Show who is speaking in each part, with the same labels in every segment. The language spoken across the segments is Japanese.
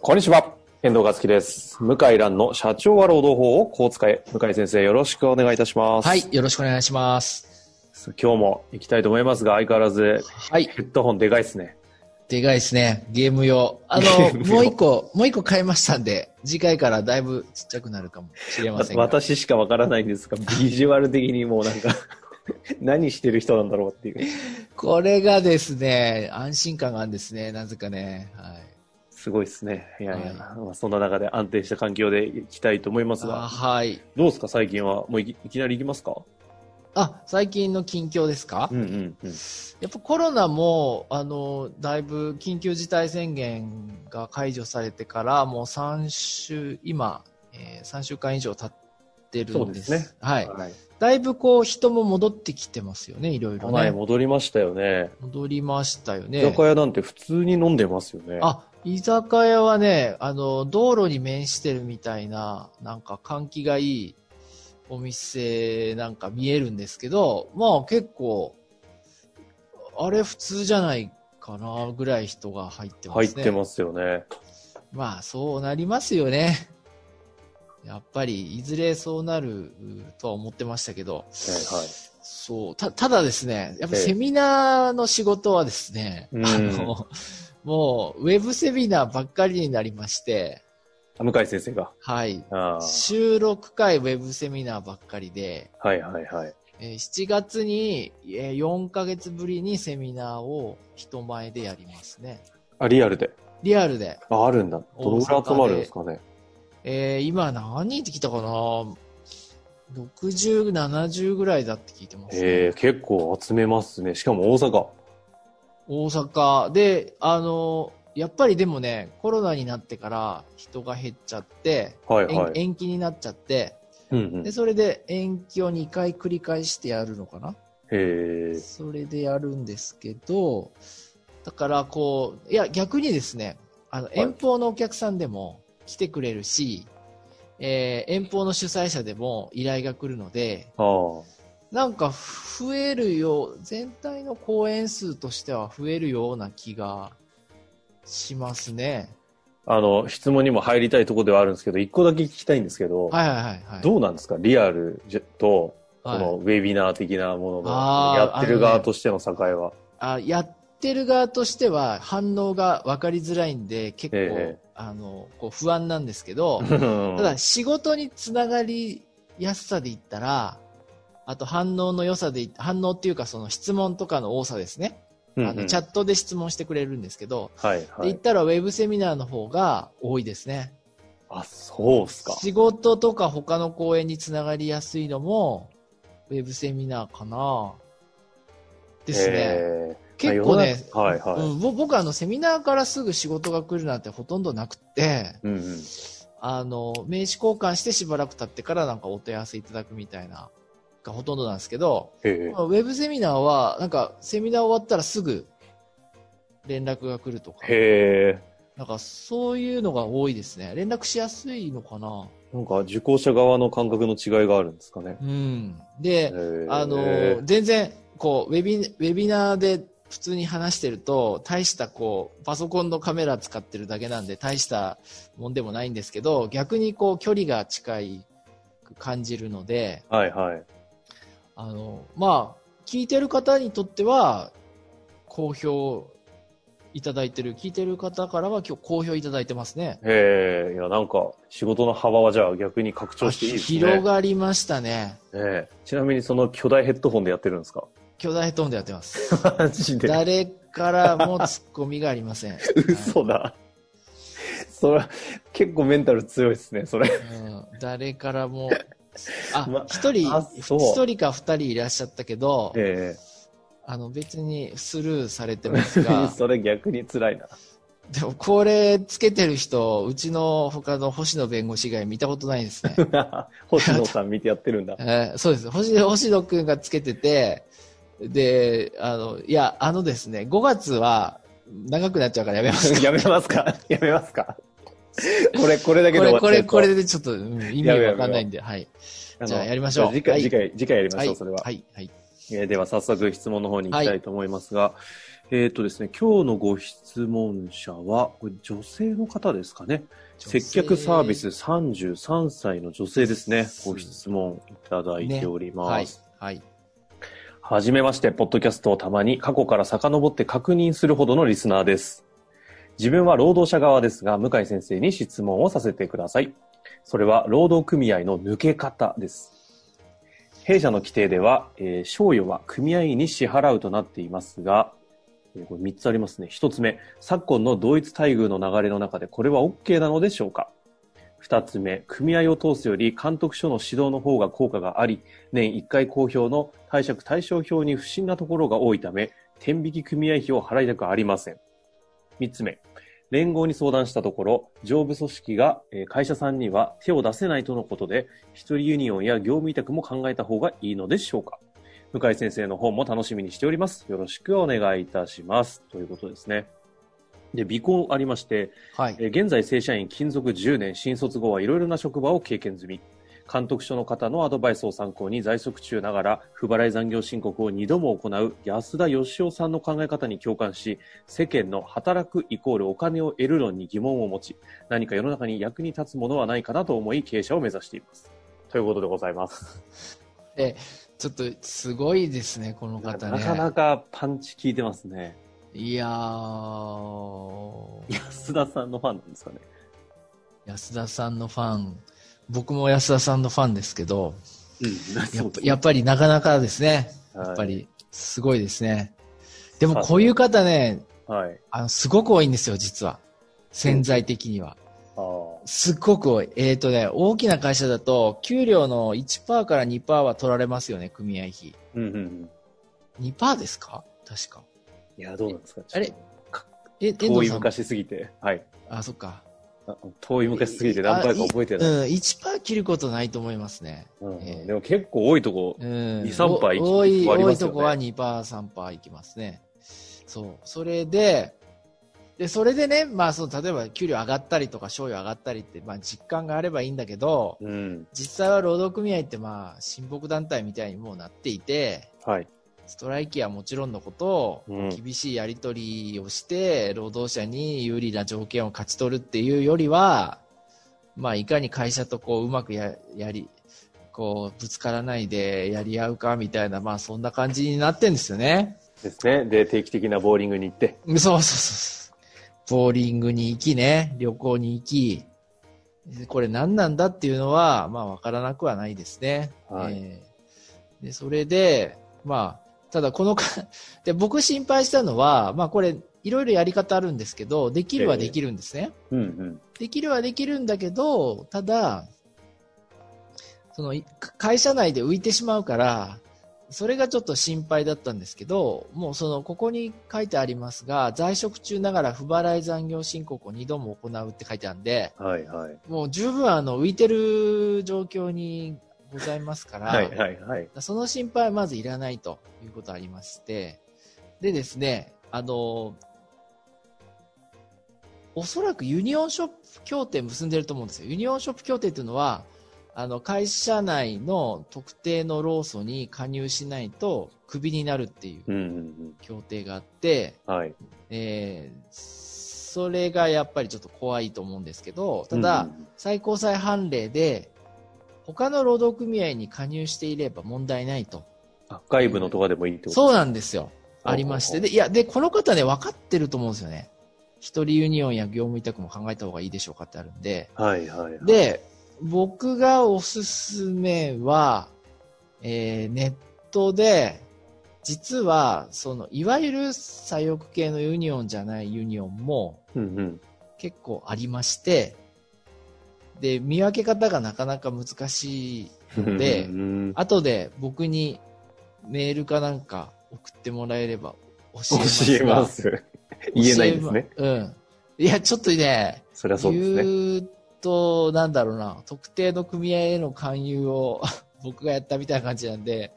Speaker 1: こんにちは。遠藤和樹です。向井蘭の社長は労働法をこう使え。向井先生、よろしくお願いいたします。
Speaker 2: はい、。よろしくお願いします。
Speaker 1: 今日も行きたいと思いますが、相変わらず
Speaker 2: はい、
Speaker 1: ヘッドホンでかいですね。
Speaker 2: でかいですね。ゲーム用。あ
Speaker 1: ゲ
Speaker 2: の
Speaker 1: ー、ム用
Speaker 2: もう一個、もう一個買いましたんで、次回からだいぶちっちゃくなるかもしれませんが。
Speaker 1: 私しかわからないんですが、ビジュアル的にもうなんか、 何してる人なんだろうっていう。
Speaker 2: これがですね、安心感があるんですね。なぜかね。はい。
Speaker 1: すごいですね。いやいや、
Speaker 2: は
Speaker 1: まあそんな中で安定した環境で行きたいと思います
Speaker 2: あ
Speaker 1: が、
Speaker 2: はい。
Speaker 1: どうですか最近は。もういきいきなり行きますか
Speaker 2: あ、最近の近況ですか、
Speaker 1: うんうんうん。
Speaker 2: やっぱコロナも、あの、だいぶ緊急事態宣言が解除されてから、もう3週、今、え3週間以上経ってるんです。
Speaker 1: そうですね。
Speaker 2: はい。
Speaker 1: はい。
Speaker 2: だいぶこう人も戻ってきてますよね、いろいろ
Speaker 1: 都内
Speaker 2: ね。
Speaker 1: 戻りましたよね。
Speaker 2: 戻りましたよ
Speaker 1: 居
Speaker 2: ね
Speaker 1: 酒。屋なんて普通に飲んでますよね。
Speaker 2: あ、居酒屋はね、あの、道路に面してるみたいな、なんか換気がいいお店なんか見えるんですけど、まあ結構、あれ普通じゃないかなぐらい人が入ってま
Speaker 1: 入っ
Speaker 2: すね。
Speaker 1: てますよね。
Speaker 2: まあそうなりますよね。やっぱり、いずれそうなるうとは思ってましたけど。
Speaker 1: はい。
Speaker 2: そう。た、ただですね、やっぱ
Speaker 1: ええ
Speaker 2: セミナーの仕事はですね、
Speaker 1: うん
Speaker 2: あの、もう、ウェブセミナーばっかりになりまして、
Speaker 1: あ向井先生が。
Speaker 2: はい。
Speaker 1: あー
Speaker 2: 収録回ウェブセミナーばっかりで、
Speaker 1: はいはいはい。
Speaker 2: えー7月にえー4ヶ月ぶりにセミナーを人前でやりますね。
Speaker 1: あ、リアルで。
Speaker 2: リアルで。
Speaker 1: あ、あるんだ。どのぐらい集まるんですかね。
Speaker 2: えー今何人って聞いたかな ?60、70ぐらいだって聞いてます、ね。
Speaker 1: えー、結構集めますね。しかも大阪。
Speaker 2: 大阪で、あの、やっぱりでもね、コロナになってから人が減っちゃって、
Speaker 1: はい
Speaker 2: 延
Speaker 1: はい。
Speaker 2: 延期になっちゃって、
Speaker 1: うんうん。
Speaker 2: で、
Speaker 1: へ
Speaker 2: それで延期を2回繰り返してやるのかな
Speaker 1: え。
Speaker 2: それでやるんですけど、だからこう、いや、逆にですね、あの、
Speaker 1: い
Speaker 2: 遠方のお客さんでも来てくれるし、えー遠方の主催者でも依頼が来るので、
Speaker 1: ああ。
Speaker 2: なんか増えるよう、全体の公演数としては増えるような気がしますね。
Speaker 1: あの、質問にも入りたいところではあるんですけど、一個だけ聞きたいんですけど、
Speaker 2: はいはいはい、はい。
Speaker 1: どうなんですかリアルじゃと、
Speaker 2: はい
Speaker 1: そのウェビナー的なものの、や
Speaker 2: あー
Speaker 1: ってる
Speaker 2: あの
Speaker 1: 側
Speaker 2: ね
Speaker 1: としての境は。
Speaker 2: あやってる側としては反応が分かりづらいんで、結構、
Speaker 1: ええ
Speaker 2: あの、こう不安なんですけど、
Speaker 1: うん
Speaker 2: ただ仕事につながりやすさで言ったら、あと反応の良さでい、反応っていうかその質問とかの多さですね。
Speaker 1: うん
Speaker 2: あのチャットで質問してくれるんですけど、
Speaker 1: はいは
Speaker 2: で
Speaker 1: い
Speaker 2: 言っ。たらウェブセミナーの方が多いですね。
Speaker 1: あ、そうっすか。
Speaker 2: 仕事とか他の公演につながりやすいのも、ウェブセミナーかなですね。
Speaker 1: へー
Speaker 2: 結構ね、
Speaker 1: まあ世の中はいはい
Speaker 2: うんぼ僕あのセミナーからすぐ仕事が来るなんてほとんどなくって、
Speaker 1: うんうん。
Speaker 2: あの、名刺交換してしばらく経ってからなんかお問い合わせいただくみたいな、がほとんどなんですけど、
Speaker 1: へえ
Speaker 2: ま。あウェブセミナーは、なんかセミナー終わったらすぐ連絡が来るとか、
Speaker 1: へえ。
Speaker 2: なんかそういうのが多いですね。連絡しやすいのかな
Speaker 1: なんか受講者側の感覚の違いがあるんですかね。
Speaker 2: うん。で、あ
Speaker 1: へ
Speaker 2: の
Speaker 1: ー、
Speaker 2: 全然、こう、ウェビ、ウェビナーで普通に話してると、大したこう、パソコンのカメラ使ってるだけなんで、大したもんでもないんですけど、逆にこう、距離が近い感じるので、
Speaker 1: はいはい。
Speaker 2: あの、まあ、聞いてる方にとっては、好評いただいてる、聞いてる方からは今日好評いただいてますね。
Speaker 1: へえ、いや、なんか、仕事の幅はじゃあ逆に拡張していいですね。
Speaker 2: 広がりましたね。
Speaker 1: ええちなみにその巨大ヘッドホンでやってるんですか
Speaker 2: 巨大ヘッドホンでやってます。
Speaker 1: マジで。
Speaker 2: 誰からもツッコミがありません。
Speaker 1: 嘘だ。それ、結構メンタル強いですね、それ。
Speaker 2: うん誰からも。あ
Speaker 1: ま、
Speaker 2: 一人、
Speaker 1: あそう
Speaker 2: 一人か二人いらっしゃったけど、
Speaker 1: え、
Speaker 2: あの、別にスルーされてます が
Speaker 1: それ逆に辛いな。
Speaker 2: でもこれつけてる人、うちの他の星野弁護士以外見たことな いですね。
Speaker 1: 星野さん見てやって るんだ。
Speaker 2: えーそうです。星野星野くんがつけてて、で、あの、いや、あのですね、5月は長くなっちゃうからやめます。
Speaker 1: やめますかやめますかこれ、これだけ
Speaker 2: こ
Speaker 1: で終わ
Speaker 2: れ、
Speaker 1: っちゃ
Speaker 2: こ
Speaker 1: う
Speaker 2: れ、
Speaker 1: と
Speaker 2: これでちょっと、うん意味
Speaker 1: やめよう
Speaker 2: わかんないんで、はい。
Speaker 1: あの
Speaker 2: じゃあやりまし
Speaker 1: じ
Speaker 2: ょう
Speaker 1: ゃあ次回、
Speaker 2: はい
Speaker 1: 次回、次回やりま
Speaker 2: は
Speaker 1: しょ
Speaker 2: い、
Speaker 1: う、それは。
Speaker 2: はい、はい。
Speaker 1: えーでは早速質問の方に行きたいと思いますが、えっ、とですね、今日のご質問者は、これ女性の方ですかね。接客サービス33歳の女性ですね。ご質問いただいており
Speaker 2: は
Speaker 1: ま
Speaker 2: い
Speaker 1: す。、
Speaker 2: はい。
Speaker 1: はじめまして、ポッドキャストをたまに過去から遡って確認するほどのリスナーです。自分は労働者側ですが、向井先生に質問をさせてください。それは労働組合の抜け方です。弊社の規定では、えー賞与は組合員に支払うとなっていますが、えーこれ3つありますね。1つ目、昨今の同一待遇の流れの中でこれは OK なのでしょうか ?2 つ目、組合を通すより監督署の指導の方が効果があり、年1回公表の貸借対照表に不審なところが多いため、天引き組合費を払いたくありません。3つ目、連合に相談したところ、上部組織がえー会社さんには手を出せないとのことで、一人ユニオンや業務委託も考えた方がいいのでしょうか。向井先生の本も楽しみにしております。よろしくお願いいたします。ということですね。で、尾行ありまして、
Speaker 2: はい。
Speaker 1: えー現在正社員勤続10年新卒後はいろいろな職場を経験済み監督署の方のアドバイスを参考に在職中ながら不払い残業申告を2度も行う安田義雄さんの考え方に共感し世間の働くイコールお金を得る論に疑問を持ち何か世の中に役に立つものはないかなと思い経営者を目指していますということでございます、
Speaker 2: ちょっと、すごいですね、この
Speaker 1: な
Speaker 2: 方ね。
Speaker 1: かなかパンチ効いてますね
Speaker 2: いやー、
Speaker 1: 安田さんのファンなんですかね
Speaker 2: 安田さんのファン、僕も安田さんのファンですけど、やっぱやっぱりなかなかですね。やっぱり、すごいですね。でもこういう方ね、
Speaker 1: はい、はい、
Speaker 2: あの、すごく多いんですよ、実は。潜在的には。
Speaker 1: あー
Speaker 2: すっごく多い。えっ、とね、大きな会社だと、給料の1%から2%は取られますよね、組合費。
Speaker 1: うんうんうん
Speaker 2: 2%ですか確か。
Speaker 1: いや、どうなんですか
Speaker 2: あれ
Speaker 1: ちょっ
Speaker 2: え、遠
Speaker 1: と遠
Speaker 2: 藤
Speaker 1: い
Speaker 2: さん。
Speaker 1: 昔すぎて。はい。
Speaker 2: あ、そっか。
Speaker 1: あ遠い昔すぎて何回か覚えて
Speaker 2: う
Speaker 1: ない。
Speaker 2: ん、1%切ることないと思いますね。
Speaker 1: うんうん
Speaker 2: えー
Speaker 1: でも結構多いとこ。
Speaker 2: うん。
Speaker 1: 2 3%
Speaker 2: お
Speaker 1: いき
Speaker 2: 多い、
Speaker 1: いっぱいあり
Speaker 2: 多
Speaker 1: ま
Speaker 2: い
Speaker 1: すよ
Speaker 2: と
Speaker 1: ね
Speaker 2: こは2%、3%いきますね。そう。それで、で、それでね、まあ、その、例えば、給料上がったりとか、賞与上がったりって、まあ、実感があればいいんだけど、
Speaker 1: うん。
Speaker 2: 実際は労働組合って、まあ、親睦団体みたいにもうなっていて、
Speaker 1: はい。
Speaker 2: ストライキはもちろんのこと、
Speaker 1: うん
Speaker 2: 厳しいやり取りをして、労働者に有利な条件を勝ち取るっていうよりは、まあ、いかに会社とこう、うまくや、やり、こう、ぶつからないでやり合うかみたいな、まあ、そんな感じになってんですよね。
Speaker 1: ですね。で、定期的なボーリングに行って。
Speaker 2: そうそうそうそう。ボーリングに行きね、旅行に行き、これ何なんだっていうのは、まあ、わからなくはないですね。
Speaker 1: はい
Speaker 2: えーで、それで、まあ、ただこのか、で、僕心配したのは、まあ、これ、いろいろやり方あるんですけど、できるはできるんですね。
Speaker 1: うんうん。
Speaker 2: できるはできるんだけど、ただ、そのい会社内で浮いてしまうから、それがちょっと心配だったんですけど、もうその、ここに書いてありますが、在職中ながら不払い残業申告を2度も行うって書いてあるんで、
Speaker 1: はいはい。
Speaker 2: もう十分あの、浮いてる状況にございますから、
Speaker 1: はいはいはい。
Speaker 2: その心配はまずいらないということありまして、でですね、あの、おそらくユニオンショップ協定結んでると思うんですよ。ユニオンショップ協定っていうのは、あの、会社内の特定の労組に加入しないとクビになるってい
Speaker 1: う
Speaker 2: う
Speaker 1: んうん
Speaker 2: 協定があって、
Speaker 1: うん。はい。
Speaker 2: えーそれがやっぱりちょっと怖いと思うんですけど、ただ、
Speaker 1: うんうん
Speaker 2: 最高裁判例で、他の労働組合に加入していれば問題ないと。
Speaker 1: あ外部のとかでもいいってこと
Speaker 2: そうなんですよ。ありまして。
Speaker 1: で
Speaker 2: で、いや、で、この方ね、分かってると思うんですよね。一人ユニオンや業務委託も考えた方がいいでしょうかってあるんで。
Speaker 1: す。はいはいはい。、
Speaker 2: で、僕がおすすめは、えーネットで、実は、その、いわゆる左翼系のユニオンじゃないユニオンも
Speaker 1: うんうん。
Speaker 2: 結構ありまして、で、見分け方がなかなか難しいので
Speaker 1: う、んうんうん
Speaker 2: 後で僕にメールかなんか送ってもらえれば教
Speaker 1: 教え
Speaker 2: え
Speaker 1: ま
Speaker 2: ます。
Speaker 1: す。言えないんですね。
Speaker 2: 教えま。うん。いや、ちょっとね、
Speaker 1: そりゃそうですね。
Speaker 2: 言うと、なんだろうな、特定の組合への勧誘を 僕がやったみたいな感じなんで、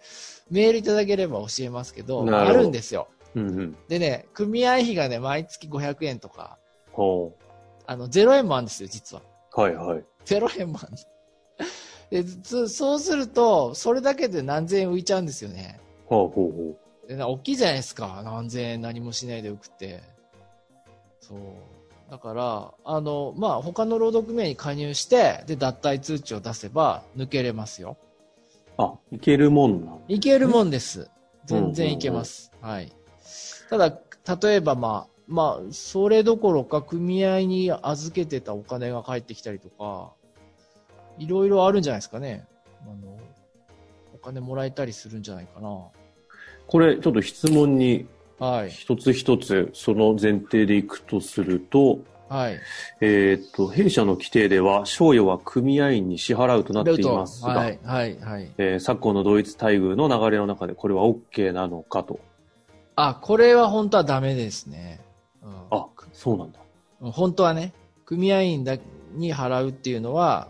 Speaker 2: メールいただければ教えますけど、
Speaker 1: なる
Speaker 2: あ
Speaker 1: ほど
Speaker 2: るんですよ。
Speaker 1: うんうん。
Speaker 2: でね、組合費がね、毎月500円とか、
Speaker 1: ほ
Speaker 2: あの、0円もあるんですよ、実は。
Speaker 1: う。はいはい。
Speaker 2: 0円もある。でつそうすると、それだけで何千円浮いちゃうんですよね。
Speaker 1: ほうほうほ
Speaker 2: でな大きいじゃないですか。何千円何もしないで送って。そう。だから、あの、まあ、他の労働組合に加入して、で、脱退通知を出せば抜けれますよ。
Speaker 1: う。あ、いけるもんなん。
Speaker 2: いけるもんです。全然いけます。はい。ただ、例えばまあ、まあ、それどころか組合に預けてたお金が返ってきたりとか、いろいろあるんじゃないですかね。あの、お金もらえたりするんじゃないかな。
Speaker 1: これ、ちょっと質問に
Speaker 2: はい。
Speaker 1: 一つ一つ、その前提でいくとすると、
Speaker 2: はい。
Speaker 1: えーっと、弊社の規定では、賞与は組合員に支払うとなっていますが、
Speaker 2: はい、はい、はい。
Speaker 1: えー昨今の同一待遇の流れの中で、これは OK なのかと。
Speaker 2: あ、これは本当はダメですね。うん
Speaker 1: あ、そうなんだ。
Speaker 2: うん、本当はね、組合員だに払うっていうのは、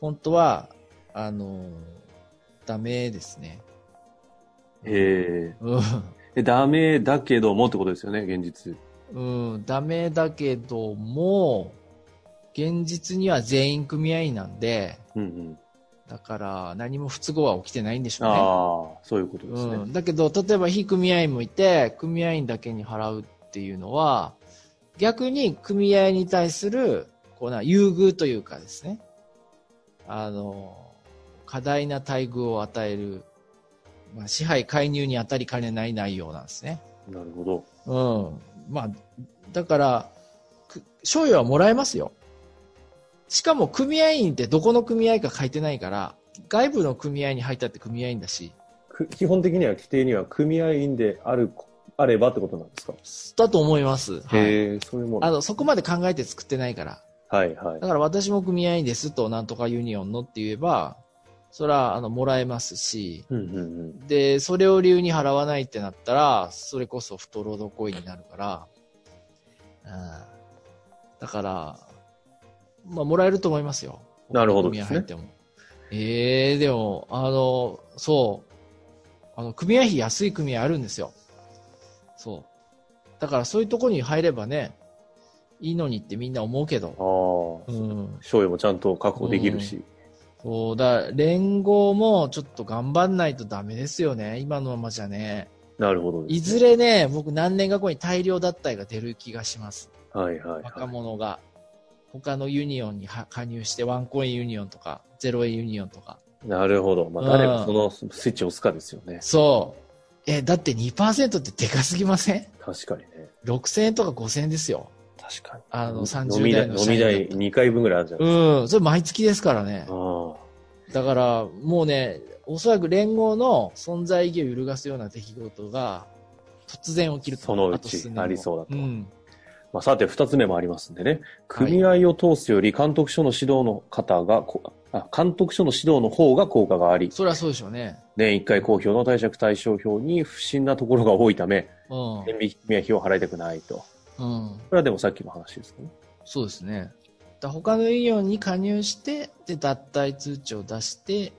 Speaker 2: 本当は、あのーダメですね。
Speaker 1: え
Speaker 2: うん
Speaker 1: ーで、ダメだけどもってことですよね、現実。
Speaker 2: うん、ダメだけども、現実には全員組合員なんで、
Speaker 1: うんうん。
Speaker 2: だから何も不都合は起きてないんでしょうね。
Speaker 1: ああ、そういうことですね。
Speaker 2: うん、だけど、例えば非組合員もいて、組合員だけに払うっていうのは、逆に組合に対する、こうな、優遇というかですね、あの、過大な待遇を与える、まあ、支配介入に当たりかねない内容なんですね。
Speaker 1: なるほど。
Speaker 2: うん。まあ、だから、く賞与はもらえますよ。しかも組合員ってどこの組合か書いてないから、外部の組合に入ったって組合員だし、
Speaker 1: く基本的には規定には組合員である、あればってことなんですか、
Speaker 2: だと思います。はい
Speaker 1: へえ、そういうも
Speaker 2: あ
Speaker 1: の。
Speaker 2: の、そこまで考えて作ってないから。
Speaker 1: はいはい
Speaker 2: だ。から私も組合員ですと、なんとかユニオンのって言えば、それは、あの、もらえますし、
Speaker 1: うんうんうん。
Speaker 2: で、それを理由に払わないってなったら、それこそ不当労働行為になるから、うん。だから、まあ、もらえると思いますよ。
Speaker 1: なるほど
Speaker 2: 組
Speaker 1: で
Speaker 2: 合
Speaker 1: す
Speaker 2: 入っ
Speaker 1: ね。
Speaker 2: ても。ええでも、あの、そう。あの、組合費安い組合あるんですよ。そう。だからそういうとこに入ればね、いいのにってみんな思うけど
Speaker 1: あ。あ、
Speaker 2: うん。
Speaker 1: 賞与もちゃんと確保できるし。
Speaker 2: そうだ、連合もちょっと頑張んないとダメですよね。今のままじゃね。
Speaker 1: なるほどですね、
Speaker 2: いずれね、僕何年か後に大量脱退が出る気がします。
Speaker 1: はいはい、
Speaker 2: 若
Speaker 1: はい。
Speaker 2: 者が。他のユニオンには加入して、ワンコインユニオンとか、ゼロ円ユニオンとか。
Speaker 1: なるほど。まあ、
Speaker 2: うん
Speaker 1: 誰がそのスイッチを押すかですよね。
Speaker 2: そう。え、だって2%ってでかすぎません
Speaker 1: 確かにね。
Speaker 2: ?6000 円とか5000円ですよ。
Speaker 1: 確かに。
Speaker 2: あの、
Speaker 1: 飲み代、
Speaker 2: 30代の
Speaker 1: 飲
Speaker 2: 社
Speaker 1: み
Speaker 2: 員だった
Speaker 1: 代2回分ぐらいあるじゃないです
Speaker 2: うん、それ毎月ですからね
Speaker 1: か。。あ
Speaker 2: だから、もうね、おそらく連合の存在意義を揺るがすような出来事が、突然起きると。
Speaker 1: そのうち
Speaker 2: あと数年後
Speaker 1: ありそうだと
Speaker 2: ん。
Speaker 1: あ。まあ、さて、二つ目もありますんでね。組合を通すより、監督署の指導の方がこ、あ、監督署の指導の方が効果があり、
Speaker 2: それはそうでしょうね。
Speaker 1: 年1回公表の貸借対照表に不審なところが多いため、
Speaker 2: うん。
Speaker 1: 天引き組合費を払いたくないと。こ
Speaker 2: うん。
Speaker 1: れはでもさっきの話ですけどね。
Speaker 2: そうですね。だ他のユニオンに加入して、で、脱退通知を出して、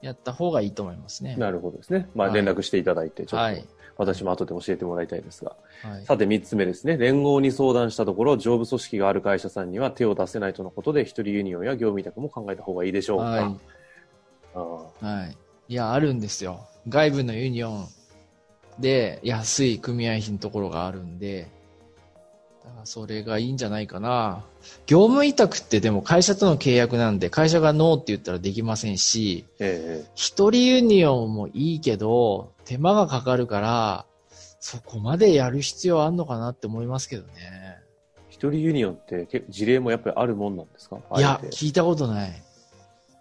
Speaker 2: やった方がいいと思いますね。
Speaker 1: なるほどですね。まあ、
Speaker 2: はい
Speaker 1: 連絡していただいて、ちょ
Speaker 2: は
Speaker 1: っ
Speaker 2: い
Speaker 1: と。私も後で教えてもらいたいですが。
Speaker 2: はい。
Speaker 1: さて3つ目ですね。連合に相談したところ、上部組織がある会社さんには手を出せないとのことで、一人ユニオンや業務委託も考えた方がいいでしょうか。
Speaker 2: はい。
Speaker 1: あー
Speaker 2: はい。いや、あるんですよ。外部のユニオンで安い組合費のところがあるんで、だからそれがいいんじゃないかな。業務委託ってでも会社との契約なんで、会社がノーって言ったらできませんし、
Speaker 1: え
Speaker 2: 一人ユニオンもいいけど、手間がかかるから、そこまでやる必要あんのかなって思いますけどね。
Speaker 1: え一人ユニオンってけ事例もやっぱりあるもんなんですか
Speaker 2: いや
Speaker 1: あ、えて
Speaker 2: 聞いたことない。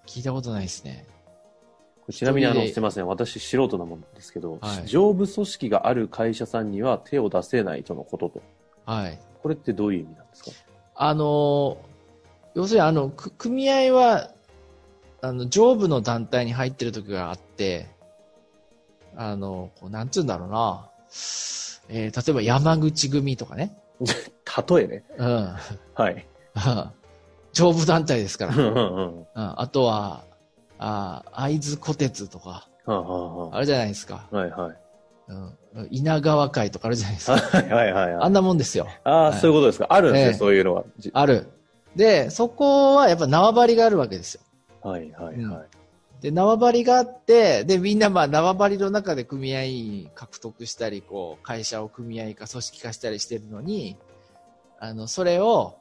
Speaker 2: 聞いたことないですね。
Speaker 1: ちなみにあ
Speaker 2: 一人
Speaker 1: の、
Speaker 2: です
Speaker 1: いません。私素人なもんですけど、
Speaker 2: はい
Speaker 1: 上部組織がある会社さんには手を出せないとのことと。
Speaker 2: はい。
Speaker 1: これってどういう意味なんですか
Speaker 2: あの、要するにあの、く組合は、あの、上部の団体に入ってる時があって、あの、こうなんつうんだろうな。えー例えば山口組とかね。
Speaker 1: 例えね。
Speaker 2: うん。
Speaker 1: はい。
Speaker 2: 上部団体ですから。
Speaker 1: う
Speaker 2: うんん。
Speaker 1: うんうん
Speaker 2: あとは、あ会津虎鉄とか、
Speaker 1: はんはんはん
Speaker 2: あれじゃないですか。
Speaker 1: はいはい。
Speaker 2: うん。稲川会とかあるじゃないです か。
Speaker 1: はいはいはいは
Speaker 2: あ
Speaker 1: い。
Speaker 2: んなもんですよ。
Speaker 1: ああ、
Speaker 2: はい
Speaker 1: そういうことですか。あるんです
Speaker 2: え
Speaker 1: ね、
Speaker 2: え
Speaker 1: そういうのは。じ
Speaker 2: ある。で、そこはやっぱ縄張りがあるわけですよ。
Speaker 1: はい はいはい。
Speaker 2: で、縄張りがあって、で、みんなまあ縄張りの中で組合員獲得したり、こう、会社を組合化、組織化したりしてるのに、あの、それを、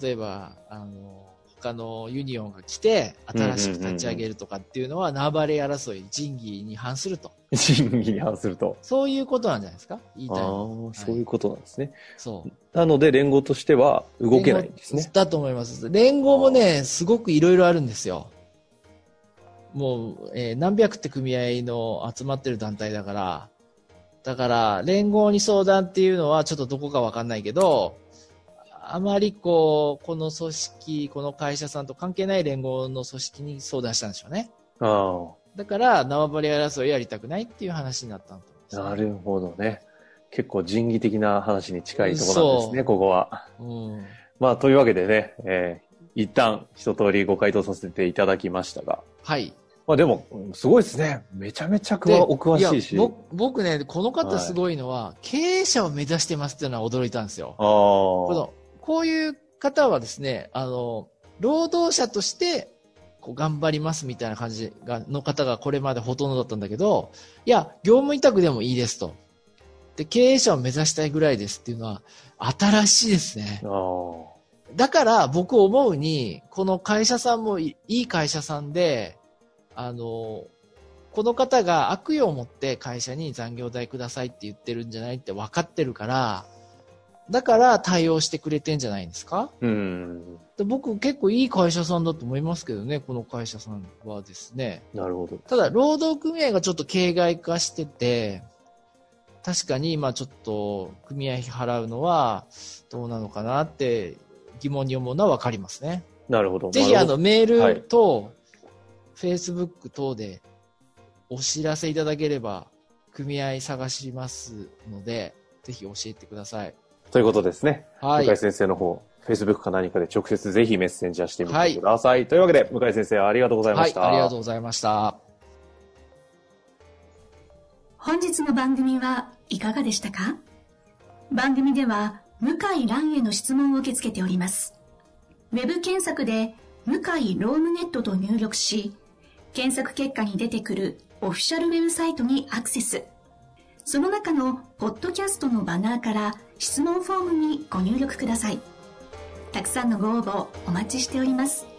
Speaker 2: 例えば、あの、他のユニオンが来て、新しく立ち上げるとかっていうのは、縄張り争い、仁義に反すると。
Speaker 1: 審議に反すると。
Speaker 2: そういうことなんじゃないですか言い
Speaker 1: ああ
Speaker 2: たいの。、
Speaker 1: そういうことなんですね。
Speaker 2: そう。
Speaker 1: なので、連合としては動けないんです
Speaker 2: 連
Speaker 1: ね
Speaker 2: 合。だと思います。連合もね、すごくいろいろあるんですよ。もう、えー何百って組合の集まってる団体だから、だから、連合に相談っていうのはちょっとどこかわかんないけど、あまりこう、この組織、この会社さんと関係ない連合の組織に相談したんでしょうね。
Speaker 1: あ
Speaker 2: だから、縄張り争いやりたくないっていう話になったんだと思います
Speaker 1: あ、
Speaker 2: ね
Speaker 1: なるほどね。結構仁義的な話に近いところなんです
Speaker 2: そ
Speaker 1: ね、
Speaker 2: う
Speaker 1: ここは。
Speaker 2: うん。
Speaker 1: まあ、というわけでね、えー一旦一通りご回答させていただきましたが。
Speaker 2: はい。
Speaker 1: まあでも、うんすごいですね。めちゃめちゃくわお詳しいし。
Speaker 2: や僕僕ね、この方すごいのは、経営者を目指してますっていうのは驚いたんですよ。
Speaker 1: ああ。
Speaker 2: このこういう方はですね、あの、労働者として、こう頑張りますみたいな感じが、の方がこれまでほとんどだったんだけど、いや、業務委託でもいいですと。で、経営者を目指したいぐらいですっていうのは、新しいですね。
Speaker 1: ああ。
Speaker 2: だから僕思うに、この会社さんもいいい会社さんで、あの、この方が悪意を持って会社に残業代くださいって言ってるんじゃないって分かってるから、だから対応してくれてんじゃないですか
Speaker 1: うん。
Speaker 2: で僕結構いい会社さんだと思いますけどね、この会社さんはですね。
Speaker 1: なるほど。
Speaker 2: ただ、労働組合がちょっと形骸化してて、確かに今ちょっと組合費払うのはどうなのかなって疑問に思うのは分かりますね。
Speaker 1: なるほど。
Speaker 2: ぜひあ
Speaker 1: ま
Speaker 2: のメールと、Facebook 等でお知らせいただければ、組合探しますので、ぜひ教えてください。
Speaker 1: ということですね。
Speaker 2: はい
Speaker 1: 向井。先生の方、Facebook か何かで直接ぜひメッセンジャーしてみてください。というわけで、向井先生ありがとうございま
Speaker 2: は
Speaker 1: し
Speaker 2: い、
Speaker 1: た。
Speaker 2: ありがとうございました。
Speaker 3: 本日の番組はいかがでしたか番組では向井蘭への質問を受け付けております。ウェブ検索で向井ロームネットと入力し、検索結果に出てくるオフィシャルウェブサイトにアクセス。その中のポッドキャストのバナーから質問フォームにご入力ください。たくさんのご応募お待ちしております。